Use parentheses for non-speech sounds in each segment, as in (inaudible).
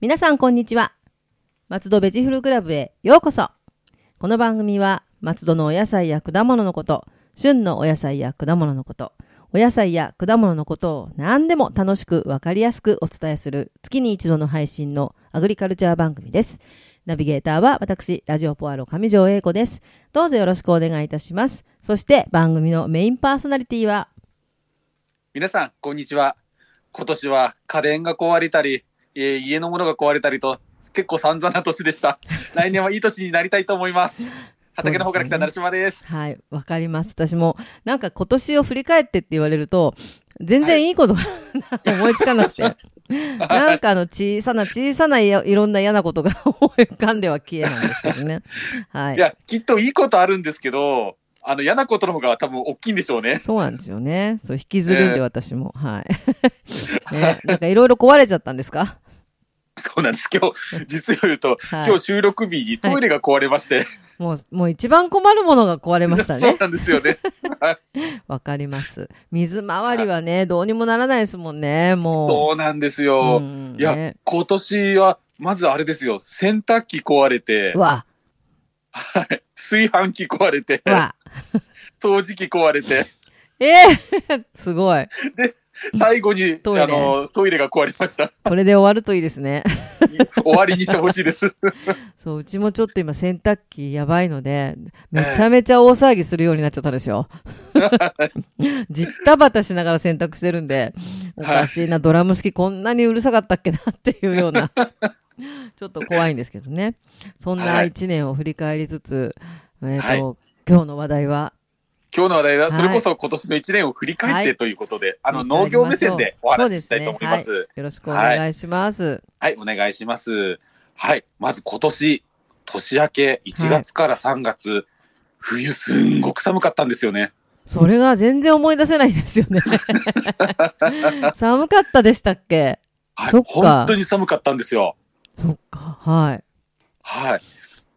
皆さんこんにちは松戸ベジフルクラブへようこそこの番組は松戸のお野菜や果物のこと旬のお野菜や果物のことお野菜や果物のことを何でも楽しくわかりやすくお伝えする月に一度の配信のアグリカルチャー番組ですナビゲーターは私ラジオポアロ上条英子ですどうぞよろしくお願いいたしますそして番組のメインパーソナリティは皆さん、こんにちは。今年は家電が壊れたり、えー家のものが壊れたりと、結構散々な年 (laughs) でした。来年はいい年になりたいと思います。畑の方から来た成島です。はい、わかります。私も、なんか今年を振り返ってって言われると、全然いいことが (laughs) 思いつかなくて。なんかあの小さな小さないやいろんな嫌なことが (laughs) 思い浮かんでは消えないんですけどね。はいい。や、きっといいことあるんですけど、あの、嫌なことの方が多分大きいんでしょうね。 (laughs) そうなんですよね。そう、引きずるんで私も。はい。ね、なんかいろいろ壊れちゃったんですかそうなんです。今日、実を言うと、はい今日収録日にトイレが壊れまして。もう、もう一番困るものが壊れましたそうね。なんですよね。はいわかります。水回りはね、どうにもならないですもんね、もそうなんですう。よ。んいやね今年は、まずあれですよ。洗濯機壊れて、わ、はい炊飯器壊れて、わ。掃除機壊れて、ええ (laughs) すごい。 (laughs) 最後にトイレあのトイレが壊れま (laughs) した。これで終わるといいですね。 (laughs) 終わりにしてほしいです。 (laughs) そう、うちもちょっと今洗濯機やばいので、めちゃめちゃ大騒ぎするようになっちゃったでし (laughs) ょ。じったばたしながら洗濯してるんで、おかしいな、ドラム式こんなにうるさかったっけなっていうよう (laughs) な、ちょっと怖いんですけどね。そんなはい一年を振り返りつつ、えっ、はいと、今日の話題は、今日の話題は、はいそれこそ今年の1年を振り返っはていということで、あの農業目線でお話ししたいと思います。そうでねはいよろしくお願いします。はい、お願いします。はい、まず今年、年明け1月から3月、冬すんごく寒かったんですよね。それが全然思い出せないんですよ (laughs) ね。寒かったでしたっけはいそっ、か本当に寒かったんですよ。そっか、はい。はい。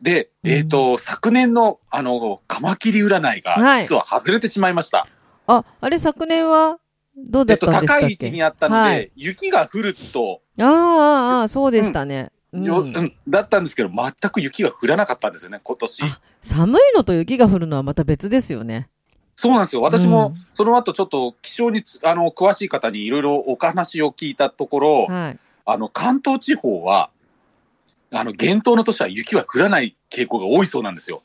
で、えっ、と、昨年の、あの、カマキリ占いがはい、実は外れてしまいました。あ、あれ昨年はどうえだっったと、んでしたっ高け、い位置にあったので、はい雪が降るとああ、ああ、そうでしたね。うんよ、うん、だったんですけど、全く雪が降らなかったんですよね、今年。あ寒いのと雪が降るのはまた別ですよね。そうなんですよ。私うもん、その後ちょっと気象につあの、詳しい方にいろいろお話を聞いたところ、はい。あの、関東地方は、あの、厳冬の年は雪は降らない傾向が多いそうなんですよ。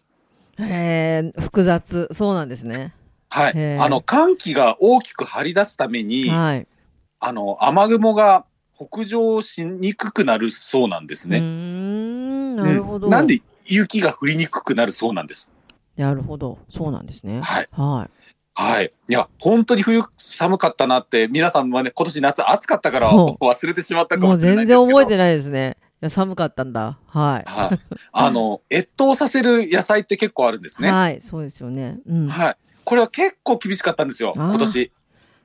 えー、複雑。そうなんですね。はへい。ーあの、寒気が大きく張り出すために、はい。あの、雨雲が北上しにくくなるそうなんですうーね。ん、なるほど。うんなんで雪が降りにくくなるそうなんです。なるほど。そうなんですね。はい。ははい。いや、本当に冬寒かったなって、皆さんはね、今年夏暑かったからそ忘れてしまったい。かももうしれな全いですけど。然覚えてないですね。いや、寒かったんだ。はい。はい。あの、越冬させる野菜って結構あるんですね。ははい、そうですよね。うんい。。これは結構厳しかったんですよ、あー今年。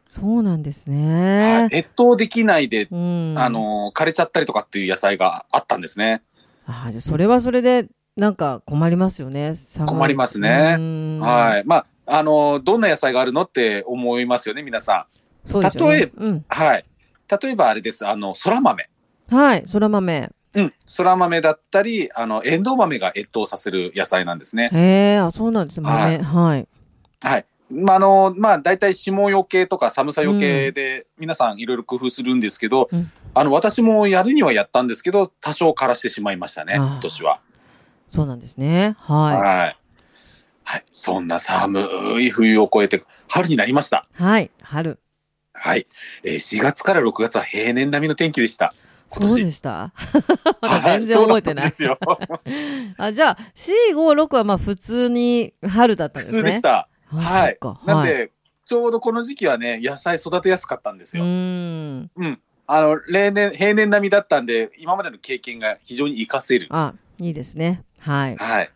そうなんですはね。い。越冬できないで、うん。あの、枯れちゃったりとかっていう野菜があったんですね。ああ、じゃあそれはそれで、なんか困りますよね。寒い。困りますね。はいい。まあ、あの、どんな野菜があるのって思いますよね、皆さそうですよね。例えうん。ん。はい。例えばあれです、あの、空豆。はい、そら豆。うん。空豆だったり、あの、エンドウ豆が越冬させる野菜なんですね。へえ、あ、そうなんですね。豆。はい。はい。まあ、あの、まあ、大体霜よけとか寒さよけで、皆さんいろいろ工夫するんですけど、うんあの、私もやるにはやったんですけど、多少枯らしてしまいましたね、あー今年は。そうなんですね。はい。ははい。そんな寒い冬を越えて、春になりました。い。はい、春。はい。えー4月から6月は平年並みの天気でした。今そう年。でした。 (laughs) はい全然覚えてないそうだったんですよ。あ、じゃあ、4、5、6はまあ普通に春だったんで普すね。通でした。あ。はいそっか。なんはいで、ちょうどこの時期はね、野菜育てやすかったんですうよ。ーん。あの、例年、平年並みだったんで、今までの経験が非常に活かせる。あ、いいですね。はい。はい。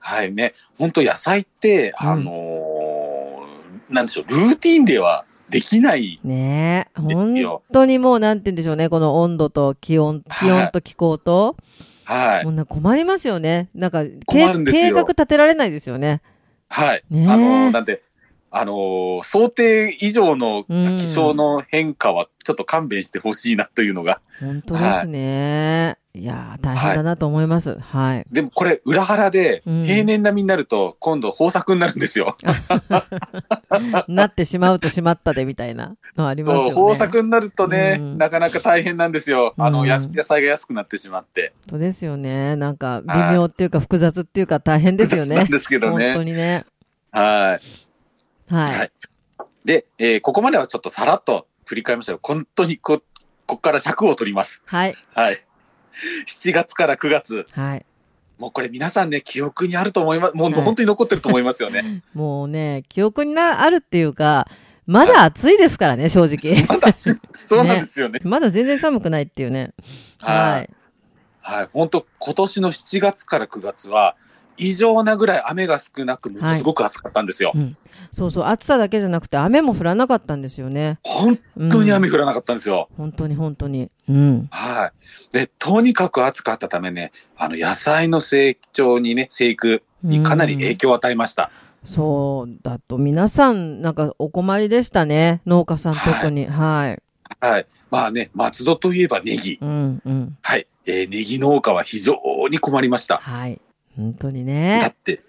はいね。本当野菜って、うんあのーなんでしょう、ルーティンではできない。ねえ、ですよ本当にもうなんて言うんでしょうね、この温度と気温、気温と気候と、はいも。うなんか困りますよね。なんか、け困るんですよ計画立てられないですよね。はい。ねえあのーなんで、あのー想定以上のうん気象の変化はちょっと勘弁してほしいなというのが、本当ですね。い、やー、大変だなと思います。はい。でもこれ裏腹でうん平年並みになると今度豊作になるんで (laughs) すよ。なってしまうとしまったでみたいなのありますよそうね。豊作になるとね、うんなかなか大変なんですよ。あの、うんやす野菜が安くなってしまって。本当ですよね。なんか、微妙っていうか複雑っていうか大変ですよなねん。ですけど本当ね。にね。はい。はい。はいで、えーここまではちょっとさらっと振り返りましたよ。本当にこ、こっから尺を取ります。はい。はい。7月から9月。はい。もうこれ皆さんね、記憶にあると思います。もうはい本当に残ってると思いますよね。もうね、記憶になあるっていうか、まだ暑いですからね、正直。 (laughs) まだ、そうなんですよね。まだ全然寒くないっていうね。ははいい。。はい。本当今年の7月から9月は、異常なぐらい雨が少なく、もはのいすごく暑かったんですよ。うん。そうそう、暑さだけじゃなくて雨も降らなかったんですよね。本本当に雨降らなかったんですよ。本当に本当に。うん。はい。で、とにかく暑かったためね、あの、野菜の成長にね、生育にかなり影響を与えました。そうだと皆さんなんかお困りでしたね。農家さん特に。はい。はい。まあね、松戸といえばネギ。うんうん。はい。えーネギ農家は非常に困りました。はい。本当にだっね。て、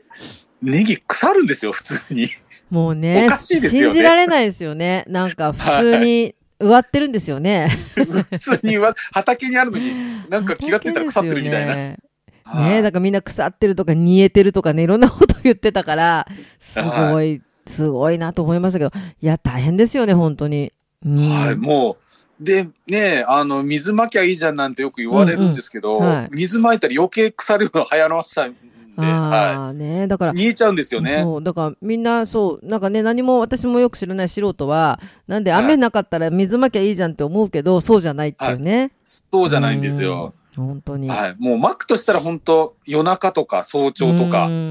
ネギ腐るんですよ、普通 (laughs) に。もうねおかしいですよ信ねじられないですよね。なんか普通に植わってるんですよね。普通には畑にあるのに、なんか気がついたら腐ってるみたいな。ねはいねだからみんな腐ってるとか煮えてるとかね、いろんなこと言ってたから、すご、はいすごいなと思いましたけど、いや、大変ですよね、本当に。うんはい、もう、で、ねあの、水まきゃいいじゃんなんてよく言われるんですけど、うんうんはい水まいたら余計腐るの早わしたんで、はああ、ねだからい。、見えちゃうんですよね。そう、だからみんな、そう、なんかね、何も私もよく知らない素人は、なんではい雨なかったら水まきゃいいじゃんって思うけど、そうじゃないっていうね。そうじゃないんですよ。うん。本当に。はい。もう、まくとしたら本当夜中とか早朝とうんか、うんううん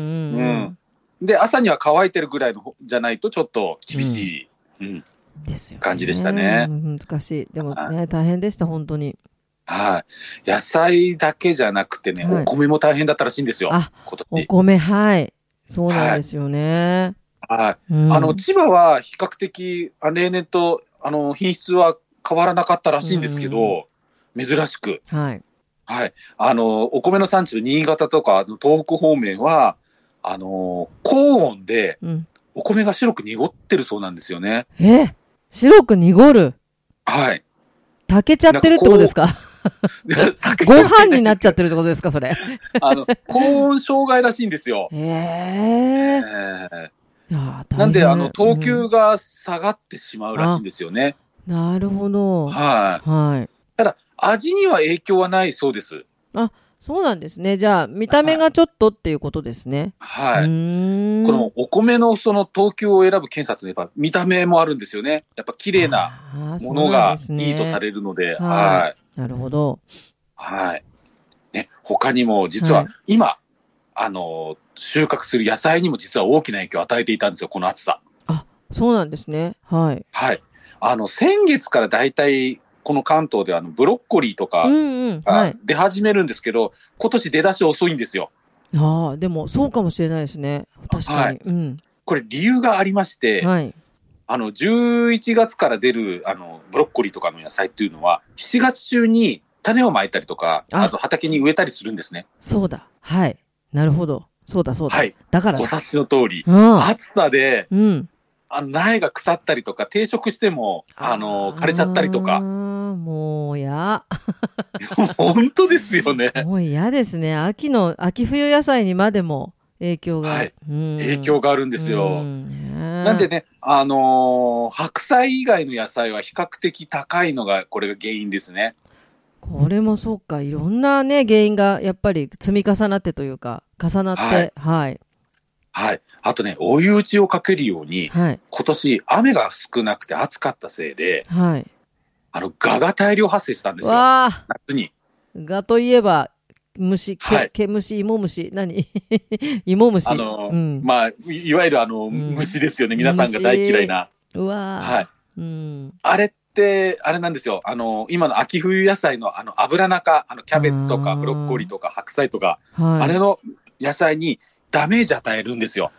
んで、朝には乾いてるぐらいのじゃないとちょっと厳しい。うんですよね感じでしたねうん難しい。でもね、大変でした、本当に。はい。野菜だけじゃなくてね、はいお米も大変だったらしいんですよ。あ今お年。米、はい。そうなんですよね。はい。うんあの、千葉は比較的、あ例年と、あの、品質は変わらなかったらしいんですけど、珍しく。はい。はい。あの、お米の産地の新潟とか、あの東北方面は、あの、高温でうん。お米が白く濁ってるそうなんですよね。え白く濁る。はい。炊けちゃってるってことですか (laughs) ご飯になっちゃってるってことですかそ (laughs) れ。あの、高温障害らしいんですよ。えええーいやーなんで、大あ変の、等う級んが下がってしまうらしいんですよね。なるほど。はい。はい。ただ、味には影響はないそうです。そうなんですね。じゃあ、見た目がちょっとっていうことですね。。はいうーんこのお米のその等級を選ぶ検査ってやっぱ見た目もあるんですよね。やっぱ綺麗ななものがいいとさる。れるので、そうなんはでい。なるほど。はい。ね、他にも実ははい今、あの、収穫する野菜にも実は大きな影響を与えていたんですよ、この暑さ。そうなんですね。はい。はい。あの、先月からだいたいこの関東ではあのブロッコリーとうんかうん。はがい。出始めるんですけど、今年出だし遅いんですよ。ああ、でも、そうかもしれないですね。確かはにい。うん。これ理由がありまして、はい。あの、11月から出る、あの、ブロッコリーとかの野菜っていうのは、7月中に種をまいたりとか、ああと畑に植えたりするんですね。そうだ。はい。なるほど。そうだ、そうだ。はい。だからごだ。察しの通り。うん。暑さで、うん。あの、苗が腐ったりとか、定食しても、あの、枯れちゃったりとあー (laughs) か。もうや。本当ですよね。もう嫌ですね。秋の、秋冬野菜にまでも影響が。はいうん影響があるんですうよ。んなんでね、あのー白菜以外の野菜は比較的高いのが、これが原因ですね。これもそうか、いろんなね、原因がやっぱり積み重なってというか、重なって、はい。はい。あとね、追い打ちをかけるように、はい。今年雨が少なくて暑かったせいで、はい。あの、ガが大量発生したんですよ。わあ、夏に。がといえば、虫、け、はい毛虫、芋虫、何 (laughs) 芋虫。あの、うん。まあ、いいわゆるあの、ん虫ですよね。皆さんが大嫌いな。うわあ。はい。うん。あれって、あれなんですよ。あの、今の秋冬野菜のあの、油中、あの、キャベツとあか、ーブロッコリーとか、白菜とか、はい。あれの野菜にダメージ与えるんですよ。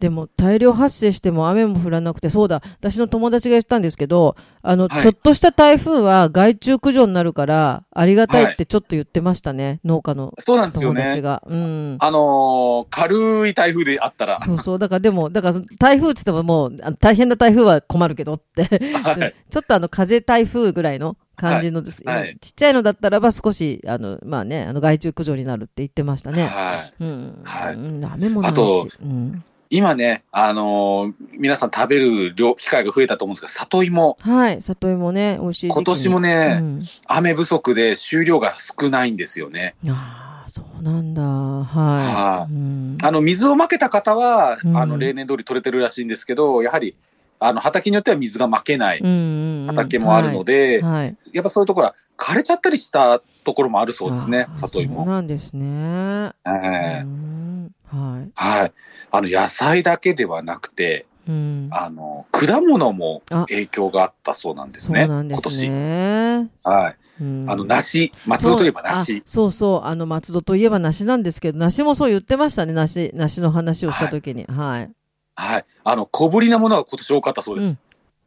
でも大量発生しても雨も降らなくて、そうだ、私の友達が言ったんですけど、あの、はいちょっとした台風は害虫駆除になるから、ありがたいはっいてちょっと言ってましたね、農家のそうなんですよ友達ね。が。うん。あのー軽い台風であったら、そうそう。だからでも、だからその台風って言ってももう、あの大変な台風は困るけどって。はい、 (laughs) ちょっとあの、風台風ぐらいの感じの、はいちっちゃいのだったらば少し、あの、まあね、あの、害虫駆除になるって言ってましたね。はいうん。はいうん雨もないし。あとうん、今ね、あのー皆さん食べる量機会が増えたと思うんですけど、里芋、はい。里芋ね、美味しい時期今年もね、ね、うん雨不足で収量が少ないんですよね。ああ、そうなんだ。は。はいうんあの、水をまけた方は、うんあの、例年通り取れてるらしいんですけど、やはり、あの、畑によっては水がまけないうんうんうん畑もあるので、はいはいやっぱそういうところは枯れちゃったりしたところもあるそうですねあ、ー里そう芋。なんですね。うええんははい。あの、野菜だけではなくて、い。うん。あの、果物もあ影響があったそうなんですそうね、なんで今す年。ね。はい。うんあの、梨、松戸といえばそう梨。あそうそう、あの、松戸といえば梨なんですけど、梨もそう言ってましたね、梨、梨の話をしたときに。はい。はい。あの、小ぶりなものが今年多かったそうでうす。ん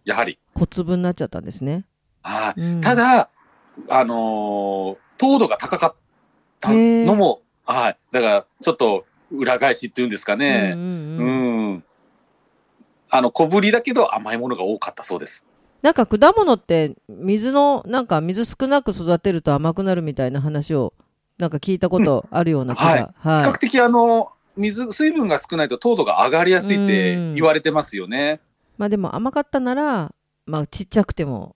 やはり。小粒になっちゃったんですね。はい。うんた、だ、あのー糖度が高かったのも、はい。だから、ちょっと裏返しっていうんですかうね。んう。うんんうんあの、小ぶりだけど甘いものが多かったそうです。なんか果物って、水の、なんか水少なく育てると甘くなるみたいな話を、なんか聞いたことあるような気が。はい。比較的、あの、水、水分が少ないと糖度が上がりやすいってうん言われてますよね。まあでも甘かったなら、まあちっちゃくても、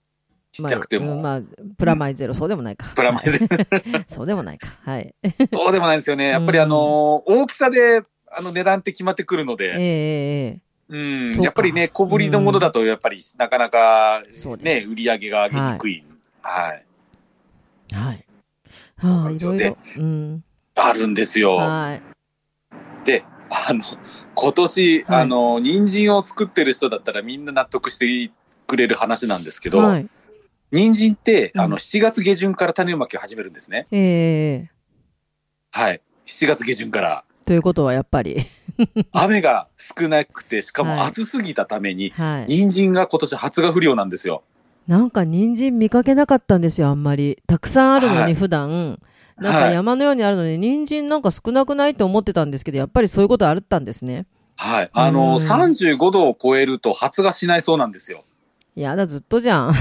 ちっちゃくても。まあ、うんまあプラマイゼロ、そうでもないか。プラマイゼロ。そうでもないか。はい。えそうでもないんですよね。やっぱり、あのー大きさで、あの、値段って決まってくるのえで。ええうんそうかやっぱりね、小ぶりのものだと、やっぱりなかなかそうでね、売り上げが上げにくい。はい。えはい。うはなあ、んいですよろいねろ。うん。あるんですよ。はい。で、あの、今年、はいあの、人参を作ってる人だったらみんな納得してくれる話なんですけど、はい。人参って、うんあの、7月下旬から種まきを始めるんですね。ええはい。7月下旬から。ということはやっぱり。雨が少なくて、しかはいも暑すぎたために、はい。人参が今年発芽不良なんですよ。なんか人参見かけなかったんですよ、あんまり。たくさんあるのに、はい普段。なんか山のようにあるのに、人参なんか少なくないと思ってたんですけど、やっぱりそういうことあったんですね。はい。あうんの、35度を超えると発芽しないそうなんですよ。やだ、ずっとじゃん。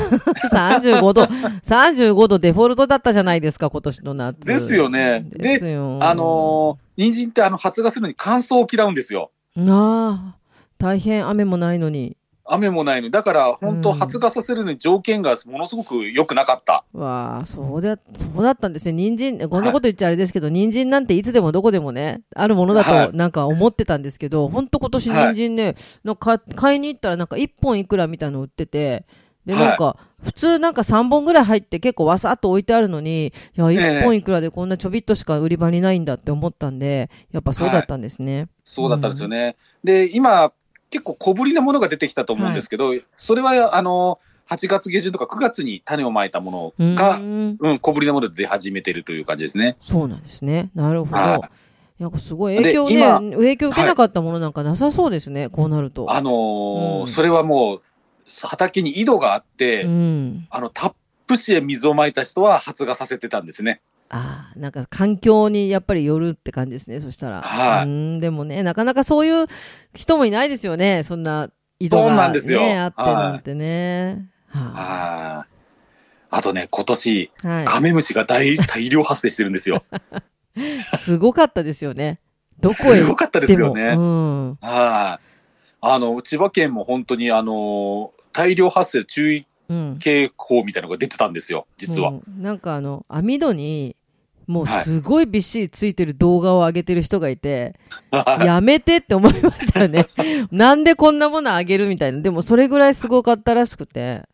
35度、35度デフォルトだったじゃないですか、今年の夏。ですよねでですよ。あのー、人参ってあの発芽するのに乾燥を嫌うんですよ。なあ、大変雨もないのに。雨もないのに。だから、本う当ん発芽させるのに条件がものすごく良くなかった。わあ、そうだ、そうだったんですね。人参、こんなこと言っちゃあれですけど、人参なんていつでもどこでもね、あるものだはといなんか思ってたんですけど、ほんと今年はい人参ね、なんか買いに行ったらなんか1本いくらみたいの売ってて、で、はいなんか、普通なんか3本ぐらい入って結構わさっと置いてあるのに、いや、1本いくらでこんなちょびっとしか売り場にないんだって思ったんで、やっぱそうだったんですね。そうだったんですよね。で、今、結構小ぶりなものが出てきたと思うんですけど、それは、あのー、8月下旬とか9月に種をまいたもうのが、うん、ん。小ぶりなもので出始めてるという感じですね。そうなんですね。なるほどは。なんかすごい影響でね、今影響受けなかったものなんかなさそうですね、こうなると。あのーうんそれはもう、畑に井戸があって、うん。あの、タップ紙へ水をまいた人は発芽させてたんですね。ああ、なんか環境にやっぱりよるって感じですね、そしたら。はいうーん、でもね、なかなかそういう人もいないですよね、そんな井戸そうが、なんですよね、あってはいなんてね。はああ。あとね、今年、い。はカメムシが大 (laughs) 大量発生してるんですよ。い。すごかったですよね。どこへす行ごっかったでてすよも。ね。うん。はい。あの、千葉県も本当に、あの、大量発生注意うん。警報みたいなのが出てたんですよ、実は。うんなんかあの、網戸に、もうはいすごいびっしりついてる動画を上げてる人がいて、はいやめてって思いましたよ (laughs) ね。なんでこんなものあげるみたいな。でもそれぐらいすごかったらしくて。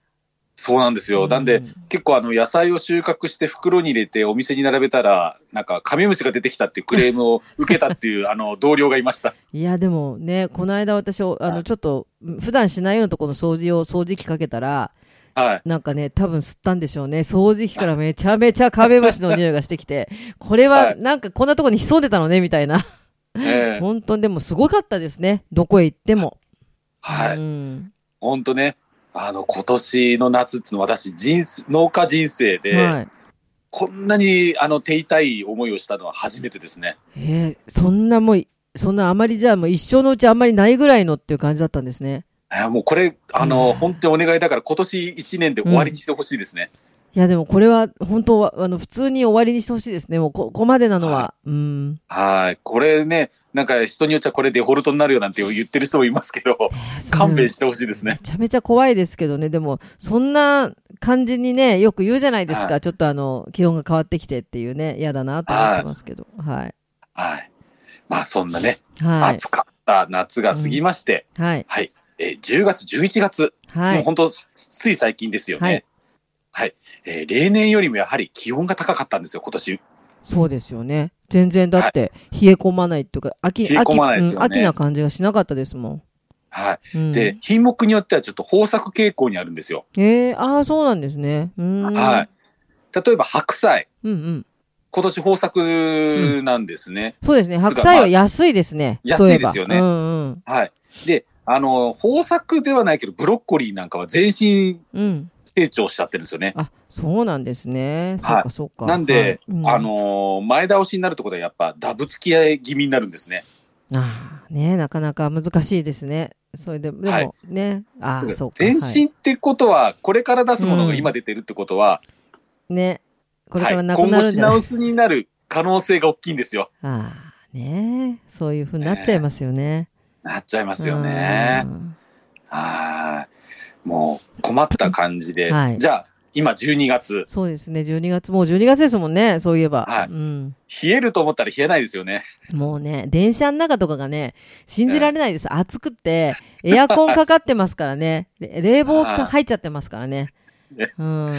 そうなんですよ。なんで、結構あの、野菜を収穫して袋に入れてお店に並べたら、なんかカメムシが出てきたっていうクレームを受けたっていう、あの、同僚がいました。いや、でもね、この間私、おあはの、いちょっと、普段しないようなところの掃除を、掃除機かけたら、はい。なんかね、多分吸ったんでしょうね。掃除機からめちゃめちゃカメムシの匂いがしてきて、これはは、いなんかこんなところに潜んでたのね、みたいな。ええ本当にでもすごかったですね。どこへ行っても。はうい。ん本当ね、あの、今年の夏っていうのは私、人生、農家人生で、はい。こんなに、あの、手痛い思いをしたのは初めてですね。えーそんなもう、そんなあまりじゃあもう一生のうちあんまりないぐらいのっていう感じだったんですね。えーもうこれ、あうの、ん本当にお願いだから今年1年で終わりにしてほしいですね。いやでもこれは本当は、あの、普通に終わりにしてほしいですね。もうこここまでなのは。はうん。はい。これね、なんか人によっちゃこれデフォルトになるよなんて言ってる人もいますけ (laughs) ど、勘弁してほしいですめね。ちゃめちゃ怖いですけどね。でも、そんな感じにね、よく言うじゃないですか。はちょっとあの、気温が変わってきてっていうね、嫌だなと思ってますけど。はい。はい。まあそんなね、はい。暑かった夏が過ぎまして、はい。はい。えー10月、11月、はもうい。本当つつい最近ですよね。ははいい。えー例年よりもやはり気温が高かったんですよ、今年。そうですよね。全然だって、冷え込まないっていうか、秋、冷え込まないですよね秋、うん秋な感じがしなかったですもん。はうい。ん、で、品目によってはちょっと豊作傾向にあるんですよ。えー、ああ、そうなんですね。うーん。はい。例えば白菜。うんうん。今年豊作なんですね。そうですね。か白菜は安いですね。まあそうえば安いですよねうんうん。はい。で、あの、豊作ではないけど、ブロッコリーなんかは全身うん。成長しちゃってるんですよね。あ、そうなんですね。そうか、そうか。なんで、はいうんあのー前倒しになるところはやっぱダブ付き合い気味になるんですね。ああ、ねなかなか難しいですね。それで、でも、はいね、ああ、そうか。全は身ってことは、これから出すものうがん今出てるってことは、い、ね、これからはいなく今なるん後じ品ゃない、薄になる可能性が大きいんですよ。ああ、ねそういうふうになっちゃいますよね。なっちゃいまですよね。はい。もう困った感じで、 (laughs) はいじゃあ今12月、そうですね、12月、もう12月ですもんね、そういえば。はいうん。冷えると思ったら冷えないですよね。もうね、電車の中とかがね、信じられないです。暑くて、エアコンかかってますからね、れ冷房はがい入っちゃってますからね。ねうん。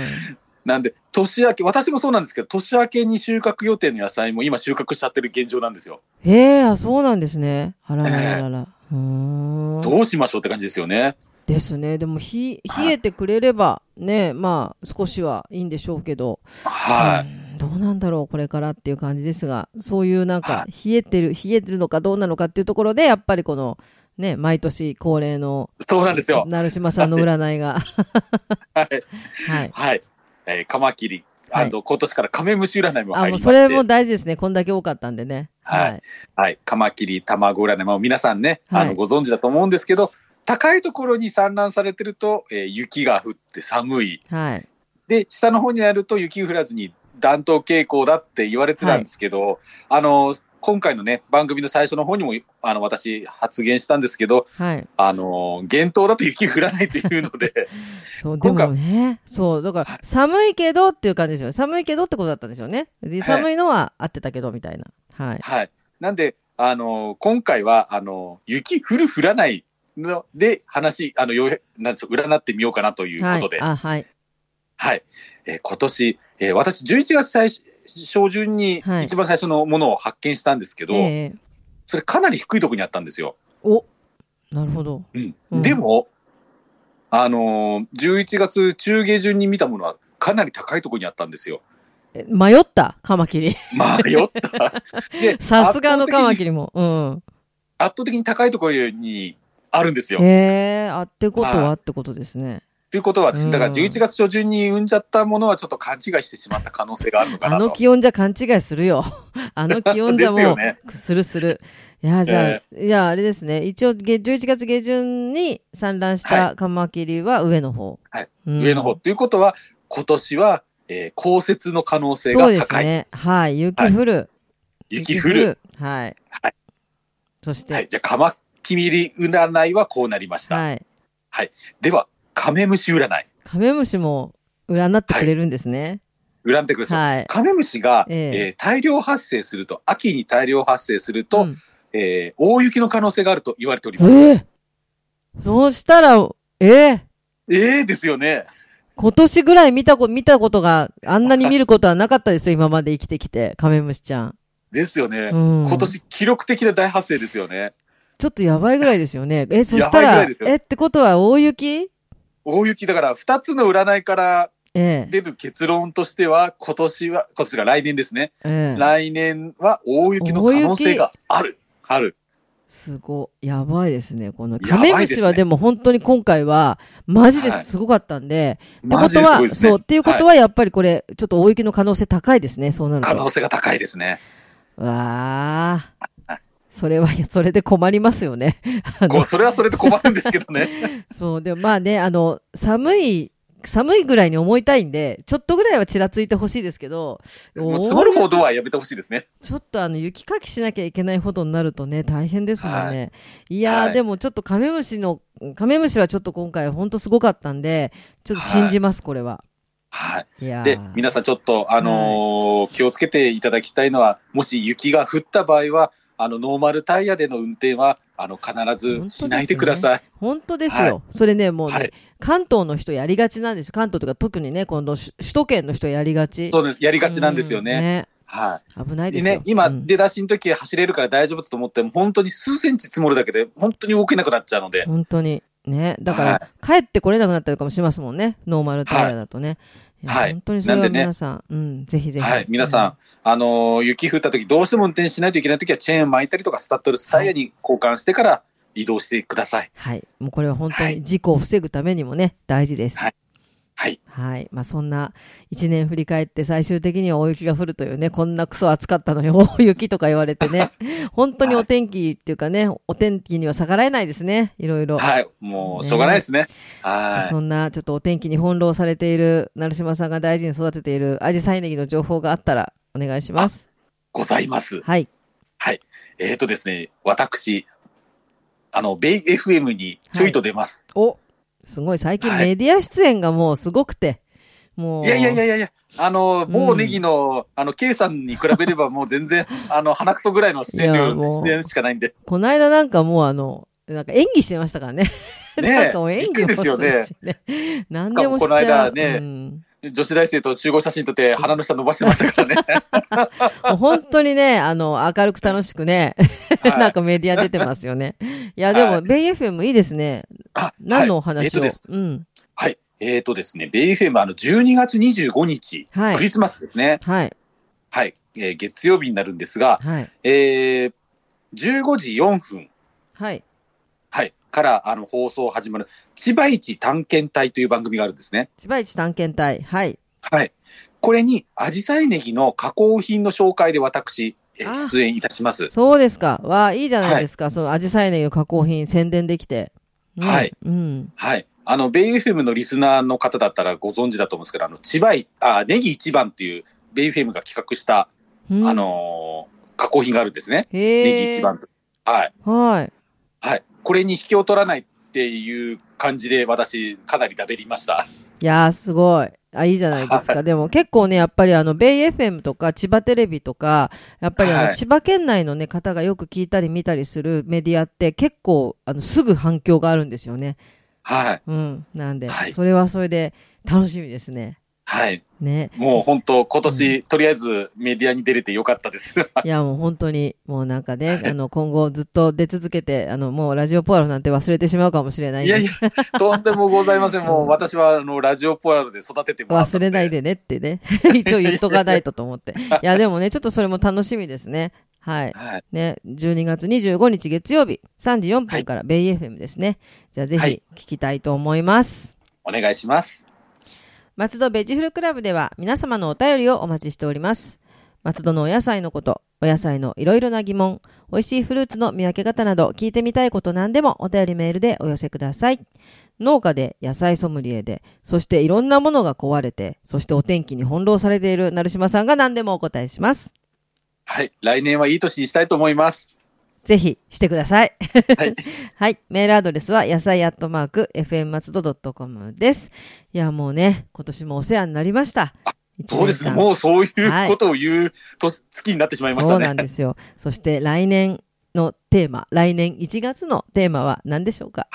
なんで、年明け、私もそうなんですけど、年明けに収穫予定の野菜も今収穫しちゃってる現状なんですよ。ええあ、そうなんですね。あららららら。うーん。どうしましょうって感じですよね。ですね。でも、ひ、はい冷えてくれれば、ね、まあ、少しはいいんでしょうけど、はうい。んどうなんだろう、これからっていう感じですが、そういうなんかは、冷えてる、冷えてるのかどうなのかっていうところで、やっぱりこの、ね、毎年恒例の、そうなんですよ。成島さんの占いが、 (laughs) はい。はい。はい。えーカマキリ、あはと今年からカメムシ占いもあ、入りもうましそて、れも大事ですね。こんだけ多かったんでね。はいはい。はい。カマキリ、卵占い、まあ皆さんね、あはの、いご存知だと思うんですけど、高いところに産卵されてると、えー雪が降って寒い。はい。で、下の方にあると雪降らずに暖冬傾向だって言われてたんですけど、あの、今回のね、番組の最初の方にも、あの、私発言したんですけど、はい。あの、厳冬だと雪降らないというの (laughs) で、そう、で今回もね、そう、だから、寒いけどっていう感じですよね。寒いけどってことだったんでしょうね。で寒いのは合ってたけど、みたいな。はい。はい。なんで、あの、今回は、あの、雪降る降らないので話、あの、ようなんでしょう、占ってみようかなというはことで、い。はあ、い。はい。えー今年、えー私、11月最初初旬にはい一番最初のものを発見したんですけど、ええそれかなり低いところにあったんですよ。おなるほど。うんうんでも、あのー、11月中下旬に見たものはかなり高いところにあったんですよ。え迷った、カマキ (laughs) リ。迷った。 (laughs) でさすがのカマ圧倒的にキリも。うん。圧倒的に高いところにあるんですよ。っええあってことははいってことですね。ていうことはですうんね、だから11月初旬に産んじゃったものはちょっと勘違いしてしまった可能性があるのかあなのと。気温じゃ勘違いするよ。 (laughs) あの気温じゃですもよう、ね。するする。いや、じゃあ、えいや、あれですね。一応、げ11月下旬に産卵したカマキリは上の方。はいうん上の方。ということは、今年は、えー降雪の可能性がそうです高い。ね。はい。雪降る。雪降る。。はい。はいそして、は。はいい。じゃあ、カマキリ占いはこうなりました。では、カメムシ占い。カメムシも占ってくれるんですね。占ってください。はい。カメムシが、えええー大量発生すると、秋に大量発生すると、うんえー大雪の可能性があると言われております。ええそうしたら、ええええですよね。今年ぐらい見たこ見たことが、あんなに見ることはなかった (laughs) ですよ、今まで生きてきて、カメムシちゃん。ですよね。うん、今年記録的な大発生ですよね。ちょっとやばいぐらいですよ (laughs) ね。え、そしたやばいぐら、らいですよえ、ってことは大雪大雪だから2つの占いからええ出る結論としては今年は今年が来年ですね、ええ来年は大雪の可能性がある春。すごい。やばいですね。この、やカばいですねメムシはでも本当に今回は、マジですごかったんで、ってこマジとですはごい、ですね。そう、っていうことははやっぱりこれ、ちょっと大雪の可能性高いですね、そうなるい可能と。性が高いですね。わはあ。それは、いやそれで困りますよね。 (laughs) あこのう、それはそれで困るんですけ (laughs) どね。そう、でもまあね、あの、寒い、寒いぐらいに思いたいんで、ちょっとぐらいはちらついてほしいですけど、もう積もる大ほどはやめてほしいですね。ちょっとあの雪かきしなきゃいけないほどになるとね、大変ですもんね。い、やー、はいでもちょっとカメムシの、カメムシはちょっと今回ほんとすごかったんで、ちょっと信じます、これは。はい。いやーで、皆さんちょっと、あのー気をつけていただきたいのは、もし雪が降った場合は、あの、ノーマルタイヤでの運転は、あの、必ずしないでください。本当ですよ。それね、もうね、はい関東の人やりがちなんですよ。関東というか特にね、今度首都圏の人やりがち。そうです。やりがちなんですようんね。は危ないい。でですよ。ね、今、うん出だしの時走れるから大丈夫だと思っても、本当に数センチ積もるだけで、本当に動けなくなっちゃうので、本当に。ね。だから、帰ってこれなくなったりとかもしますもんね。ノーマルタイヤだとね。やはい本当にそれはなんでね皆さん、うん、ぜひぜひ。はい。皆さん、あのー雪降った時、どうしても運転しないといけない時は、チェーン巻いたりとか、スタッドレスタイヤに交換してから移動してください。はい。もうこれは本当はにい事故を防ぐためにもね、大事です。はいはい。はい。まあそんな、一年振り返って最終的には大雪が降るというね、こんなクソ暑かったのに大雪とか言われて (laughs) ね、本当にお天気っていうかね、お天気には逆らえないですね、いろいろ。はい。もう、しょうがないですね。さあはい。そんな、ちょっとお天気に翻弄されている、成島さんが大事に育てている、アジサイネギの情報があったら、お願いします。ございます。はい。はい。えっ、とですね、私、あの、ベイ FM にちょいと出ます。おすごい、最近はいメディア出演がもうすごくて、もう。い、やいやいやいやいや、あの、ん某ネギの、あの、K さんに比べ (laughs) ればもう全然、あの、鼻くそぐらいの出演いや量、もう出演しかないんで。この間なんかもうあの、なんか演技してましたからね。ね (laughs) (laughs) なんえかもう演技もすびっくりるでしね。 (laughs) 何でもしちゃう。しかもこの間ねうん女子大生と集合写真撮って鼻の下伸ばしてました (laughs) からね。もう本当にね、 (laughs) あの、明るく楽しくね、はいなんかメディア出てますよ (laughs) ね。いや、ではも、いベイ FM いいですね。あ何のおはいえ話っ、とを、です。うん。はい。えっ、とですね、ベイ FM、あの、12月25日、はいクリスマスですね。はい。はい。えー月曜日になるんですが、はい。えー、15時4分、はい。はい、からあの放送始まる、千葉一探検隊という番組があるんですね。千葉一探検隊。はい。はい。これに、アジサイネギの加工品の紹介で私、えあ出演いたします。そうですか。わあ、いいじゃないですか。その、アジサイネギの加工品宣伝できて。うんはい。うん。はい。あの、ベイ FM のリスナーの方だったらご存知だと思うんですけど、あの、千葉い、あ、ネギ一番っていう、ベイ FM が企画した、うんあ、のー加工品があるんですね。へネえ。ギ一番。はい。はい。はい。これに引きを取らないっていう感じで、私、かなり喋りました。いやー、すごい。あ、いいじゃないですはか。でも結構ね、やっぱりあの、ベイ FM とか千葉テレビとか、やっぱりあはの、い千葉県内のね、方がよく聞いたり見たりするメディアって結構、あの、すぐ反響があるんですよね。はい。うん。なんで、はいそれはそれで楽しみですね。はい。ね。もう本当、今年、とりあえずメディアに出れてよかったです。いや、もう本当に、もうなんかね、あの、今後ずっと出続けて、あの、もうラジオポアロなんて忘れてしまうかもしれないんいでやいや、とんでもございません。もう私は、あの、ラジオポアロで育ててもらった忘のでれない。でねって (laughs) ね。一応言っとかないとと思って。いや、でもね、ちょっとそれも楽しみですね。はい。はい。ね、12月25日月曜日3時4は分いからベイ FM ですね。じゃあぜはひい聞きたいと思います。お願いします。松戸ベジフルクラブでは皆様のお便りをお待ちしております。松戸のお野菜のこと、お野菜のいろいろな疑問、美味しいフルーツの見分け方など聞いてみたいこと何でもお便りメールでお寄せください。農家で野菜ソムリエで、そしていろんなものが壊れて、そしてお天気に翻弄されている成島さんが何でもお答えします。はい。来年はいい年にしたいと思います。ぜひしてください。 (laughs) はい。はい。メールアドレスは、野菜アットマーク、f m 松戸 .com です。いや、もうね、今年もお世話になりました。一年間そうですね。もうそういうことを言う年、月になってしまいましそたうなんね。ですよ。そして来年のテーマ、来年1月のテーマは何でしょうか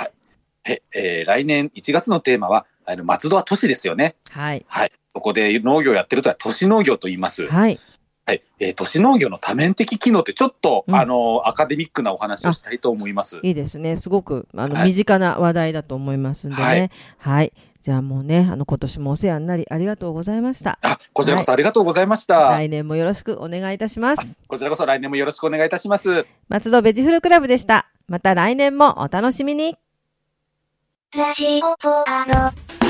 ええー来年1月のテーマは、あの、松戸は都市ですよね。はい。はい。そこで農業やってるとは、都市農業と言います。はい。はい。えー都市農業の多面的機能って、ちょっと、うんあの、アカデミックなお話をしたいと思います。いいですね。すごく、あの、はい身近な話題だと思いますんでね。ははいい。じゃあもうね、あの、今年もお世話になりありがとうございました。あ、こちらこそありがとうございました。来年もよろしくお願いいたします。こちらこそ来年もよろしくお願いいたします。松戸ベジフルクラブでした。また来年もお楽しみに。ラジオポアド。